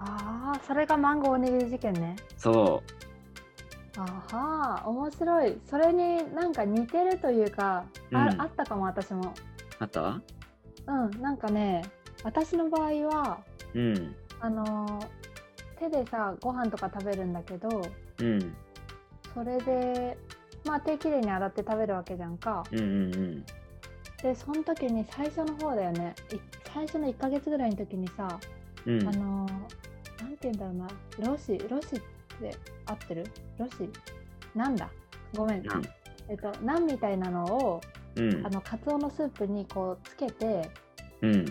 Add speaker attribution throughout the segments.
Speaker 1: ああ、それがマンゴーおにぎり事件ね。
Speaker 2: そ
Speaker 1: あはー、面白い。それになんか似てるというか、あ
Speaker 2: うん
Speaker 1: あったかも、私も。
Speaker 2: うあった
Speaker 1: うん、なんかね、私の場合は、
Speaker 2: うん
Speaker 1: あのー手でさ、ご飯とか食べるんだけど、
Speaker 2: うん
Speaker 1: それで、まあ手きれいに洗って食べるわけじゃんか。
Speaker 2: うんうんうん
Speaker 1: で、その時に最初の方だよね。い最初の1ヶ月ぐらいの時にさ、
Speaker 2: うん
Speaker 1: あのーなんて言うんだろうな、ロシ、ロシって合ってるロシなんだごめん。
Speaker 2: なん
Speaker 1: えっと、ナンみたいなのを、
Speaker 2: うん
Speaker 1: あの、カツオのスープにこうつけて、
Speaker 2: うん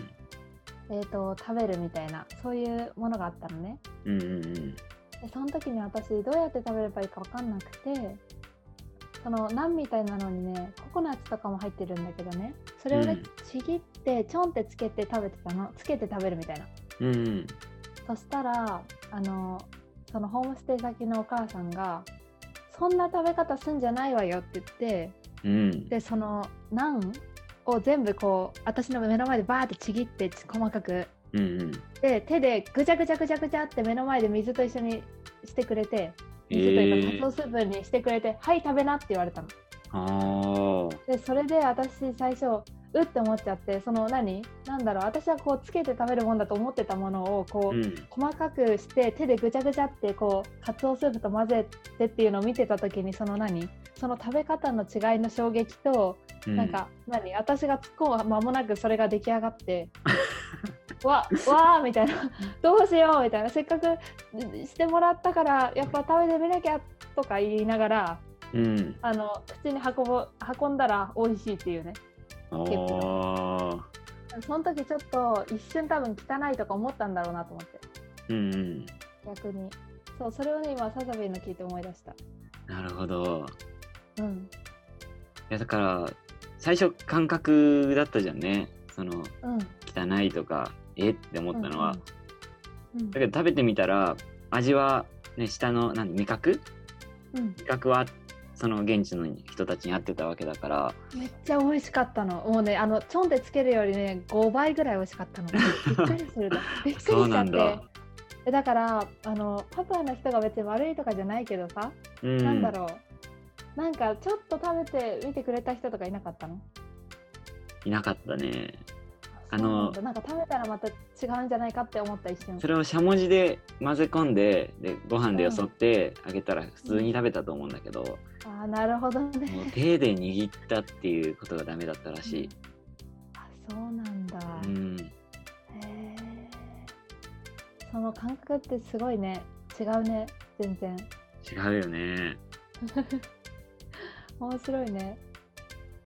Speaker 1: えっと、食べるみたいな、そういうものがあったのね。
Speaker 2: うんうん
Speaker 1: で、その時に私、どうやって食べればいいかわかんなくて、そのナンみたいなのにね、ココナッツとかも入ってるんだけどね、それをね、ちぎって、ちょんってつけて食べてたの。つけて食べるみたいな。
Speaker 2: うんうん
Speaker 1: そしたらあのそのホームステイ先のお母さんが「そんな食べ方すんじゃないわよ」って言って
Speaker 2: うん
Speaker 1: でそのナンを全部こう私の目の前でバーってちぎってち細かく
Speaker 2: うんうん
Speaker 1: で手でぐちゃぐちゃぐちゃぐちゃって目の前で水と一緒にしてくれて
Speaker 2: え
Speaker 1: 水という
Speaker 2: ー
Speaker 1: か、カツオスープにしてくれて「はい食べな」って言われたの。
Speaker 2: ああ
Speaker 1: でそれで私最初うって思っちゃってその何なんだろう私はこうつけて食べるもんだと思ってたものをこう、
Speaker 2: うん
Speaker 1: 細かくして手でぐちゃぐちゃってこうカツオスープと混ぜてっていうのを見てた時にその何その食べ方の違いの衝撃と、
Speaker 2: うん
Speaker 1: なんか何私が突っ込む間もなくそれが出来上がって わわーみたいなどうしようみたいなせっかくしてもらったからやっぱ食べてみなきゃとか言いながら
Speaker 2: うん
Speaker 1: あの口に運ぼ運んだら美味しいっていうね
Speaker 2: ああ
Speaker 1: その時ちょっと一瞬多分汚いとか思ったんだろうなと思って。
Speaker 2: うんうん
Speaker 1: 逆にそうそれをね今サザビーの聞いて思い出した
Speaker 2: なるほど
Speaker 1: うん
Speaker 2: いやだから最初感覚だったじゃんねその
Speaker 1: うん
Speaker 2: 汚いとかえって思ったのは、
Speaker 1: うんうん
Speaker 2: だけど食べてみたら味は、ね、下のなん味覚
Speaker 1: うん
Speaker 2: 味覚はその現地の人たちに合ってたわけだから
Speaker 1: めっちゃ美味しかったのもうねあのちょんでつけるよりね5倍ぐらい美味しか ったのびっくりするのびっくりしち
Speaker 2: そう
Speaker 1: ゃ
Speaker 2: な
Speaker 1: っ
Speaker 2: ん
Speaker 1: て
Speaker 2: だ
Speaker 1: だだからあのパプアの人が別に悪いとかじゃないけどさ、
Speaker 2: うん
Speaker 1: なんだろうなんかちょっと食べてみてくれた人とかいなかったの
Speaker 2: いなかったねあ
Speaker 1: そうな
Speaker 2: の
Speaker 1: んだなんか食べたらまた違うんじゃないかって思った一瞬
Speaker 2: それをしゃもじで混ぜ込んででご飯でよそってあげたら普通に食べたと思うんだけど、
Speaker 1: ああなるほど
Speaker 2: もう
Speaker 1: ね
Speaker 2: 手で握ったっていうことがダメだった らしい、
Speaker 1: あそうなんだ、
Speaker 2: うん、
Speaker 1: へーその感覚ってすごいね違うね全然
Speaker 2: 違うよね
Speaker 1: 面白いね